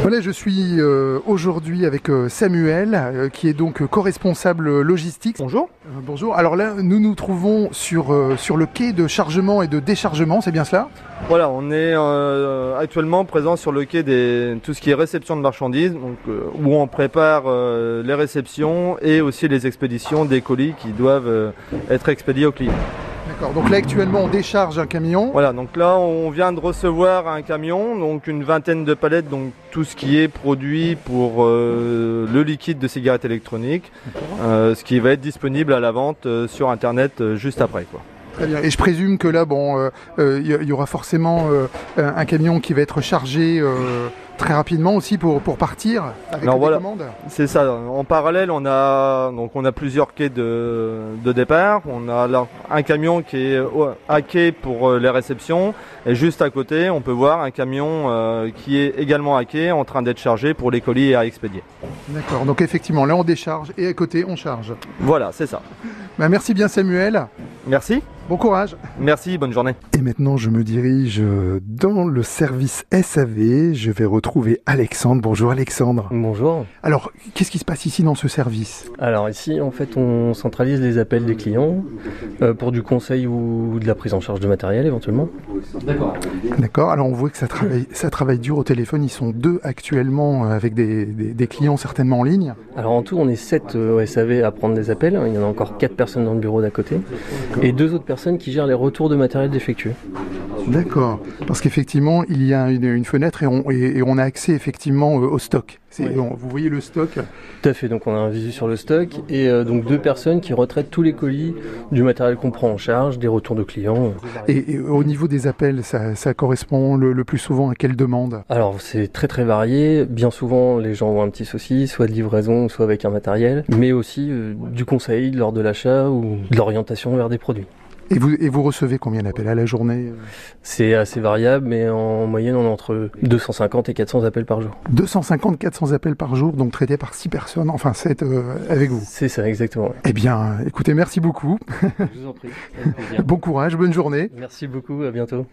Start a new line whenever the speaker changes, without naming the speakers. Voilà, je suis euh, aujourd'hui avec euh, Samuel, euh, qui est donc euh, co-responsable logistique. Bonjour. bonjour. Alors là, nous nous trouvons sur, euh, sur le quai de chargement et de déchargement, c'est bien cela
Voilà, on est euh, actuellement présent sur le quai des tout ce qui est réception de marchandises, donc, euh, où on prépare euh, les réceptions et aussi les expéditions des colis qui doivent euh, être expédiés aux clients.
D'accord. Donc là, actuellement, on décharge un camion.
Voilà, donc là on vient de recevoir un camion, donc une vingtaine de palettes, donc tout ce qui est produit pour euh, le liquide de cigarette électronique, euh, ce qui va être disponible à la vente euh, sur internet euh, juste après. Quoi.
Très bien. Et je présume que là, bon, euh, euh, il y, il y aura forcément euh, un un camion qui va être chargé euh, très rapidement aussi pour, pour partir avec
Alors
les
voilà.
commandes.
C'est ça. En parallèle, on a donc on a plusieurs quais de, de départ. On a là un camion qui est au- à quai pour euh, les réceptions et juste à côté, on peut voir un camion euh, qui est également à quai en train d'être chargé pour les colis à expédier.
D'accord. Donc effectivement, là, on décharge et à côté, on charge.
Voilà, c'est ça.
Bah, merci bien, Samuel.
Merci.
Bon courage.
Merci, bonne journée.
Et maintenant, je me dirige euh, dans le service SAV. Je vais retrouver Alexandre. Bonjour Alexandre.
Bonjour.
Alors, qu'est-ce qui se passe ici dans ce service
Alors ici, en fait, on centralise les appels des clients euh, pour du conseil ou de la prise en charge de matériel éventuellement.
D'accord. Alors, on voit que ça travaille, ça travaille dur au téléphone. Ils sont deux actuellement euh, avec des, des- des clients certainement en ligne.
Alors en tout, on est euh, 7 au SAV à prendre des appels. Il y en a encore 4 personnes dans le bureau d'à côté et deux autres personnes qui gèrent les retours de matériel défectueux.
D'accord. Parce qu'effectivement, il y a une, une fenêtre et on, et- et on a accès effectivement euh, au stock. C'est-
Oui.
on- vous voyez le stock.
Tout à fait, donc on a un visu sur le stock et euh, donc deux personnes qui retraitent tous les colis du matériel qu'on prend en charge, des retours de clients. euh,
Et, et au niveau des appels, ça, ça correspond le, le plus souvent à quelle demande
Alors c'est très très varié, bien souvent les gens ont un petit souci, soit de livraison, soit avec un matériel, mais aussi euh, du conseil lors de l'achat ou de l'orientation vers des produits.
et vous, et vous recevez combien d'appels à la journée
C'est assez variable, mais en moyenne on est entre 250 et 400 appels par jour.
250-400 appels par jour, donc traités par 6 personnes, enfin 7 avec vous.
C'est ça exactement.
Eh bien, écoutez, merci beaucoup.
Je vous en prie.
Bon courage, bonne journée.
Merci beaucoup, à bientôt.